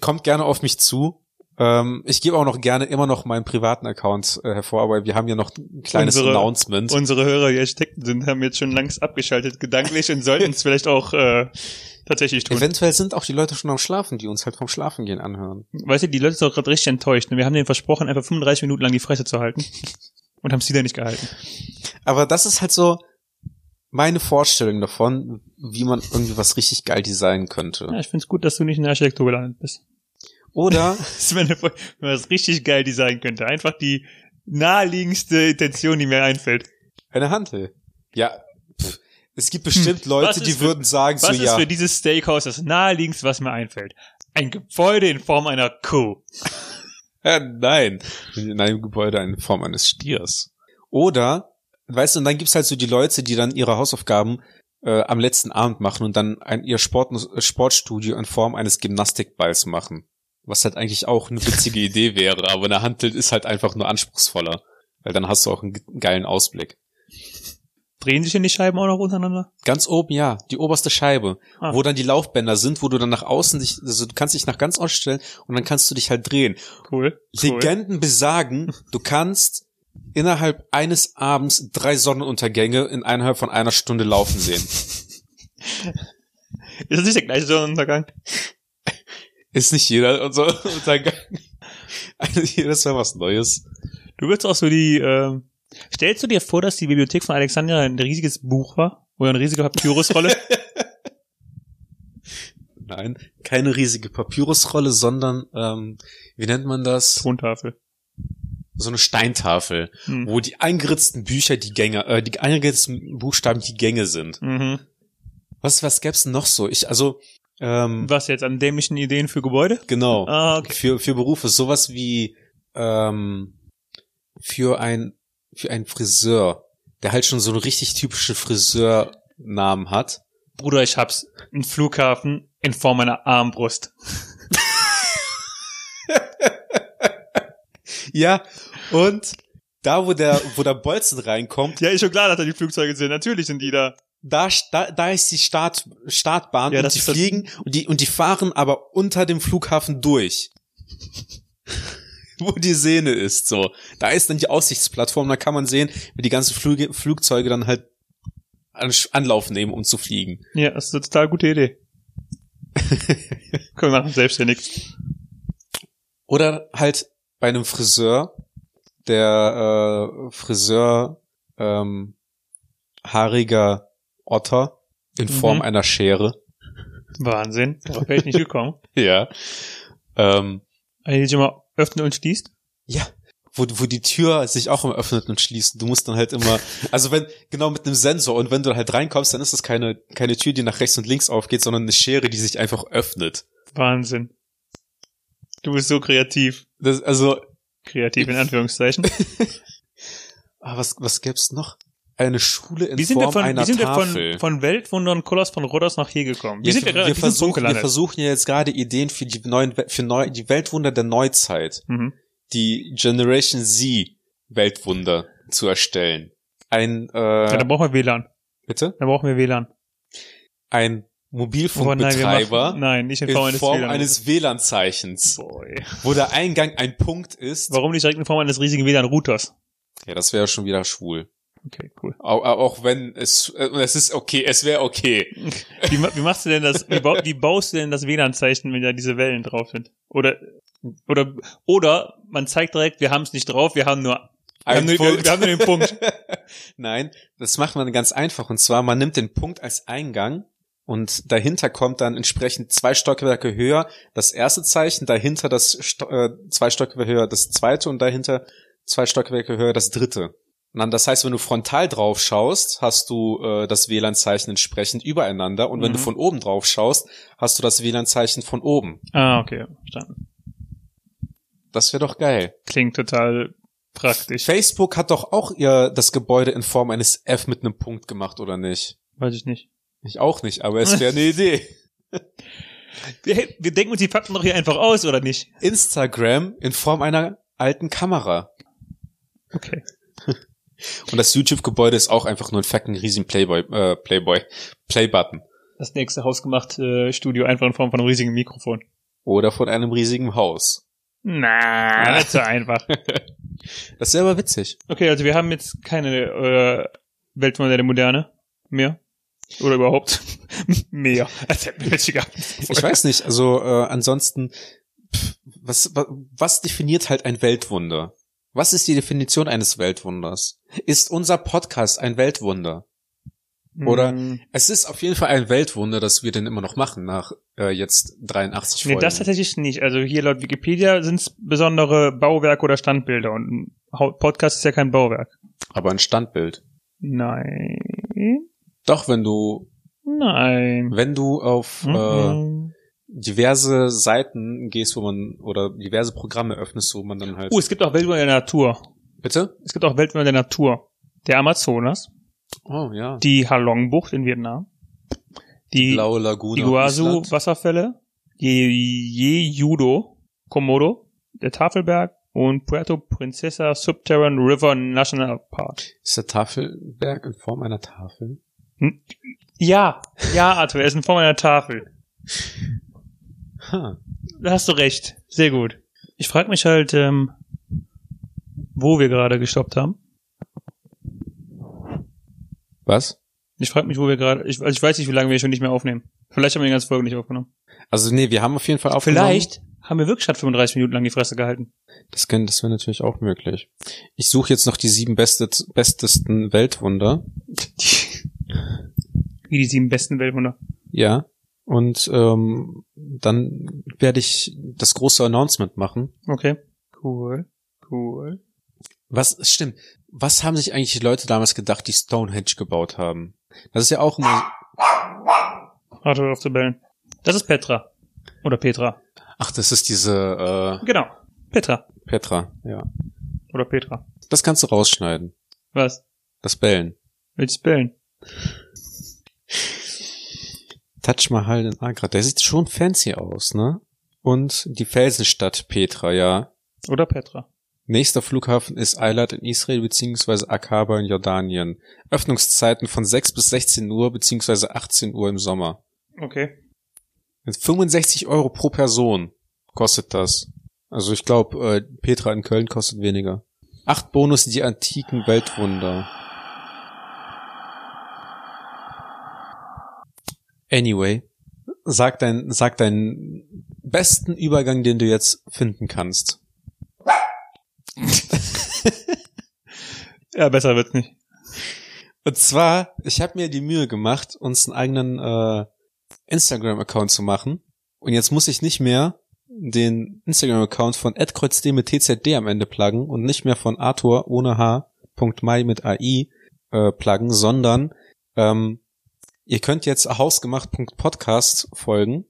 kommt gerne auf mich zu. Ähm, ich gebe auch noch gerne immer noch meinen privaten Account äh, hervor, aber wir haben ja noch ein kleines
Unsere-
Announcement.
Unsere Hörer, die Architekten sind, haben jetzt schon längst abgeschaltet, gedanklich und sollten es vielleicht auch äh, tatsächlich tun.
Eventuell sind auch die Leute schon am Schlafen, die uns halt vom Schlafen gehen anhören.
Weißt du, die Leute sind auch gerade richtig enttäuscht. ne? Wir haben denen versprochen, einfach 35 Minuten lang die Fresse zu halten. Und haben sie da nicht gehalten.
Aber das ist halt so meine Vorstellung davon, wie man irgendwie was richtig geil designen könnte.
Ja, ich finde es gut, dass du nicht in der Architektur gelandet bist.
Oder,
Das wäre eine Voll- wenn man das richtig geil designen könnte. Einfach die naheliegendste Intention, die mir einfällt.
eine Hantel. Ja, pff, Es gibt bestimmt
Hm. was
Leute,
ist
die
für-
würden sagen so,
Was ist
ja,
für dieses Steakhouse das naheliegendste, was mir einfällt? Ein Gebäude in Form einer Kuh.
Ja, Äh, nein. In einem Gebäude in Form eines Stiers. Oder, weißt du, und dann gibt's halt so die Leute, die dann ihre Hausaufgaben äh, am letzten Abend machen und dann ein, ihr Sport, Sportstudio in Form eines Gymnastikballs machen. Was halt eigentlich auch eine witzige Idee wäre, aber eine Handel ist halt einfach nur anspruchsvoller. Weil dann hast du auch einen ge- geilen Ausblick.
Drehen sich denn die Scheiben auch noch untereinander?
Ganz oben, ja, die oberste Scheibe,
Ah.
wo dann die Laufbänder sind, wo du dann nach außen dich, also du kannst dich nach ganz außen stellen und dann kannst du dich halt drehen.
Cool. cool.
Legenden besagen, du kannst innerhalb eines Abends drei Sonnenuntergänge in innerhalb von einer Stunde laufen sehen.
Ist das nicht der gleiche Sonnenuntergang?
Ist nicht jeder unser Untergang. Also Jedes Mal was Neues.
Du würdest auch so die, ähm, stellst du dir vor, dass die Bibliothek von Alexandria ein riesiges Buch war? Oder eine riesige Papyrusrolle?
Nein, keine riesige Papyrusrolle, sondern ähm, wie nennt man das?
Tontafel.
So eine Steintafel,
Hm.
wo die eingeritzten Bücher die Gänge, äh, die eingeritzten Buchstaben die Gänge sind.
Mhm.
Was was gäb's denn noch so? Ich also ähm,
Was jetzt an dämlichen Ideen für Gebäude?
genau.
Ah, okay.
für, für Berufe, sowas wie ähm, für ein für einen Friseur, der halt schon so einen richtig typischen Friseurnamen hat.
Bruder, ich hab's. Ein Flughafen in Form einer Armbrust.
Ja, und da wo der wo der Bolzen reinkommt,
Ja, ist schon klar, dass da die Flugzeuge sind. Natürlich sind die da.
da da, da ist die Start, Startbahn
Ja,
und
das
die
ist das-
fliegen und die und die fahren aber unter dem Flughafen durch. wo die Sehne ist so. Da ist dann die Aussichtsplattform, da kann man sehen, wie die ganzen Flüge, Flugzeuge dann halt an- Anlauf nehmen, um zu fliegen.
Ja, das ist eine total gute Idee. Können wir machen, selbstständig.
Oder halt bei einem Friseur, der äh, Friseur ähm, haariger Otter in Form
Mhm.
einer Schere.
Wahnsinn. Darauf wäre ich nicht gekommen.
Ja. Ähm,
Eine, die schon mal öffnet und schließt.
ja. Wo, wo die Tür sich auch immer öffnet und schließt. Du musst dann halt immer, also wenn, genau mit einem Sensor und wenn du halt reinkommst, dann ist das keine, keine Tür, die nach rechts und links aufgeht, sondern eine Schere, die sich einfach öffnet.
Wahnsinn. Du bist so kreativ.
Das, also,
Kreativ in Anführungszeichen.
ah, was, was gäb's noch? Eine Schule in
Wie sind
Form
wir von,
einer
wie sind wir
Tafel.
von, von Weltwundern Kolos von Rodos nach hier gekommen? Wie
Wir,
sind wir gerade in
wir,
diesem Punkt
versuchen, wir
gelandet?
versuchen ja jetzt gerade Ideen für die neuen, We- für neu, die Weltwunder der Neuzeit,
mhm.
die Generation Z Weltwunder zu erstellen. Ein,
ja,
äh,
dann brauchen wir WLAN.
bitte?
Dann brauchen wir WLAN. Oh,
Ein
nein, wir
Mobilfunkbetreiber
machen- nein, nicht in
in
Form eines
Form
WLAN.
eines WLAN-Zeichens,
Boy.
wo der Eingang ein Punkt ist.
Warum nicht direkt in Form eines riesigen WLAN-Routers?
Ja, das wäre schon wieder schwul.
Okay, cool.
Auch, auch wenn es, äh, es ist okay, es wäre okay.
Wie, ma- wie machst du denn das, wie, bau, wie baust du denn das WLAN-Zeichen, wenn da diese Wellen drauf sind? Oder, oder, oder man zeigt direkt, wir haben es nicht drauf, wir haben nur, wir haben
Ein
nur, wir,
Punkt.
wir haben nur den Punkt.
Nein, das macht man ganz einfach. Und zwar, man nimmt den Punkt als Eingang und dahinter kommt dann entsprechend zwei Stockwerke höher das erste Zeichen, dahinter das Sto äh, zwei Stockwerke höher das zweite und dahinter zwei Stockwerke höher das dritte. Und dann, das heißt, wenn du frontal drauf schaust, hast du äh, das WLAN-Zeichen entsprechend übereinander. Und wenn du
Mhm.
von oben drauf schaust, hast du das WLAN-Zeichen von oben.
Ah, okay, verstanden.
Das wäre doch geil.
Klingt total praktisch.
Facebook hat doch auch ihr das Gebäude in Form eines F mit einem Punkt gemacht, oder nicht?
Weiß ich nicht.
Ich auch nicht, aber es wäre eine Idee.
Wir, hey, wir denken uns die Fakten doch hier einfach aus, oder nicht?
Instagram in Form einer alten Kamera.
Okay.
Und das YouTube-Gebäude ist auch einfach nur ein fucking riesen Playboy, äh, Playboy, Playbutton.
Das nächste hausgemachte äh, Studio einfach in Form von einem riesigen Mikrofon.
Oder von einem riesigen Haus.
Na, nicht so einfach.
Das wäre aber witzig.
Okay, also wir haben jetzt keine äh, Weltmodelle der Moderne mehr. Oder überhaupt mehr. Als hätten wir welche gehabt.
Ich weiß nicht, also äh, ansonsten, pff, was, wa- was definiert halt ein Weltwunder? Was ist die Definition eines Weltwunders? Ist unser Podcast ein Weltwunder? Oder-
Mm,
Es ist auf jeden Fall ein Weltwunder, dass wir den immer noch machen nach äh, jetzt 83
Nee,
Folgen.
das tatsächlich nicht. Also hier laut Wikipedia sind es besondere Bauwerke oder Standbilder und ein Hau- Podcast ist ja kein Bauwerk.
aber ein Standbild.
Nein.
Doch, wenn du,
Nein.
wenn du auf äh,
Mhm.
diverse Seiten gehst, wo man, oder diverse Programme öffnest, wo man dann halt.
Oh, es gibt auch Weltwunder der Natur.
Bitte?
Es gibt auch Weltwunder der Natur. Der Amazonas,
Oh, ja. Die,
die Halong-Bucht in Vietnam, die
Blaue Lagune. auf Island.
Iguazu-Wasserfälle, Jejudo, Komodo, der Tafelberg und Puerto Princesa Subterran River National Park.
Ist der Tafelberg in Form einer Tafel?
Ja, ja, Arthur, er ist in Form einer Tafel.
Ha.
Da hast du recht. Sehr gut. Ich frage mich halt, ähm, wo wir gerade gestoppt haben.
Was?
Ich frage mich, wo wir gerade. Ich, also ich weiß nicht, wie lange wir schon nicht mehr aufnehmen. Vielleicht haben wir die ganze Folge nicht aufgenommen.
Also nee, wir haben auf jeden Fall aufgenommen.
Vielleicht haben wir wirklich statt 35 Minuten lang die Fresse gehalten.
Das, kann- das wäre natürlich auch möglich. Ich suche jetzt noch die sieben beste, bestesten Weltwunder.
Wie die sieben besten Weltwunder.
Ja. Und ähm, dann werde ich das große Announcement machen.
Okay. Cool. Cool.
Was stimmt? Was haben sich eigentlich die Leute damals gedacht, die Stonehenge gebaut haben? Das ist ja auch immer.
Arthur auf zu bellen. Das ist Petra. Oder Petra.
Ach, das ist diese äh,
Genau. Petra.
Petra. Ja.
Oder Petra.
Das kannst du rausschneiden.
Was?
Das Bellen.
Willst du bellen?
Taj Mahal in Agra. Der sieht schon fancy aus, ne? Und die Felsenstadt Petra, ja.
Oder Petra.
Nächster Flughafen ist Eilat in Israel bzw. Akaba in Jordanien. Öffnungszeiten von 6 bis 16 Uhr bzw. 18 Uhr im Sommer.
Okay.
Mit 65 Euro pro Person kostet das. Also ich glaube, äh, Petra in Köln kostet weniger. Acht Bonus die antiken Weltwunder. Anyway, sag dein, sag deinen besten Übergang, den du jetzt finden kannst.
Ja, besser wird's nicht.
Und zwar, ich habe mir die Mühe gemacht, uns einen eigenen äh, Instagram-Account zu machen. Und jetzt muss ich nicht mehr den Instagram-Account von @kreuzd mit tzd am Ende pluggen und nicht mehr von Arthur ohne h .mai mit ai äh, pluggen, sondern ähm, ihr könnt jetzt hausgemacht.podcast folgen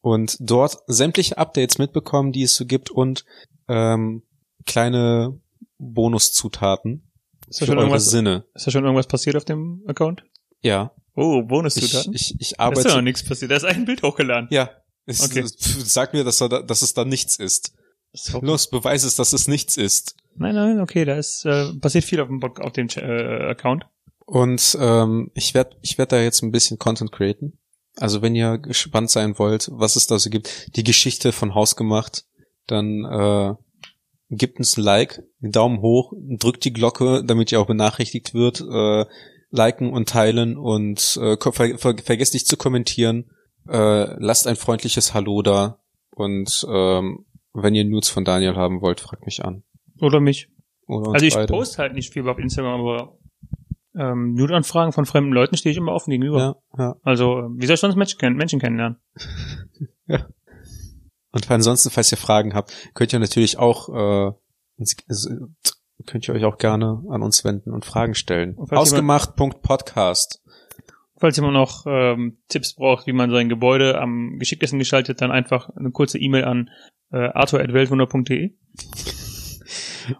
und dort sämtliche Updates mitbekommen, die es so gibt und ähm, kleine Bonuszutaten
Ist da,
für
schon
eure
irgendwas,
Sinne.
ist da schon irgendwas passiert auf dem Account?
Ja.
Oh,
Ich,
Bonuszutaten?
ich, ich
Da ist ja noch
arbeite.
nichts passiert. Da ist ein Bild hochgeladen.
Ja. Es,
Okay.
pf, Sag mir, dass, er da, dass es da nichts ist.
So.
Los, beweis es, dass es nichts ist.
Nein, nein, okay, da ist äh, passiert viel auf dem, Bock- auf dem Cha- äh, Account.
Und ähm, ich werde ich werd da jetzt ein bisschen Content createn. Also wenn ihr gespannt sein wollt, was es da so gibt, die Geschichte von Haus gemacht, dann äh, gebt uns ein Like, einen Daumen hoch, drückt die Glocke, damit ihr auch benachrichtigt wird, äh, liken und teilen und äh, ko- ver ver vergesst nicht zu kommentieren, äh, lasst ein freundliches Hallo da und ähm, wenn ihr Nudes von Daniel haben wollt, fragt mich an.
Oder mich.
Oder uns
Also ich
beide.
poste halt nicht viel auf Instagram, aber ähm, Nude-Anfragen von fremden Leuten stehe ich immer offen gegenüber.
Ja, ja.
Also, äh, wie soll ich sonst Menschen, kenn Menschen kennenlernen?
Und ansonsten, falls ihr Fragen habt, könnt ihr natürlich auch äh, uns- also, könnt ihr euch auch gerne an uns wenden und Fragen stellen.
Und falls
Ausgemacht.podcast.
Falls jemand noch ähm, Tipps braucht, wie man sein Gebäude am geschicktesten gestaltet, dann einfach eine kurze E-Mail an äh, arthur.weltwunder.de.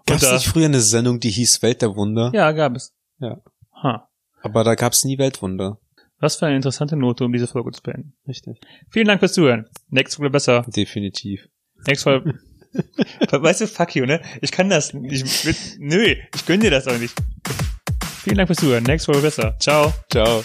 Gab es
da-
nicht früher eine Sendung, die hieß Welt der Wunder?
Genau. Ja, gab es.
Ja.
Ha.
Aber da gab es nie Weltwunder.
Was für eine interessante Note, um diese Folge zu beenden.
Richtig.
Vielen Dank fürs Zuhören. Nächste Folge besser.
Definitiv.
Nächste Folge. weißt du, fuck you, ne? Ich kann das nicht. Ich, will- nö, ich gönn dir das auch nicht. Vielen Dank fürs Zuhören. Nächste Folge besser. Ciao.
Ciao.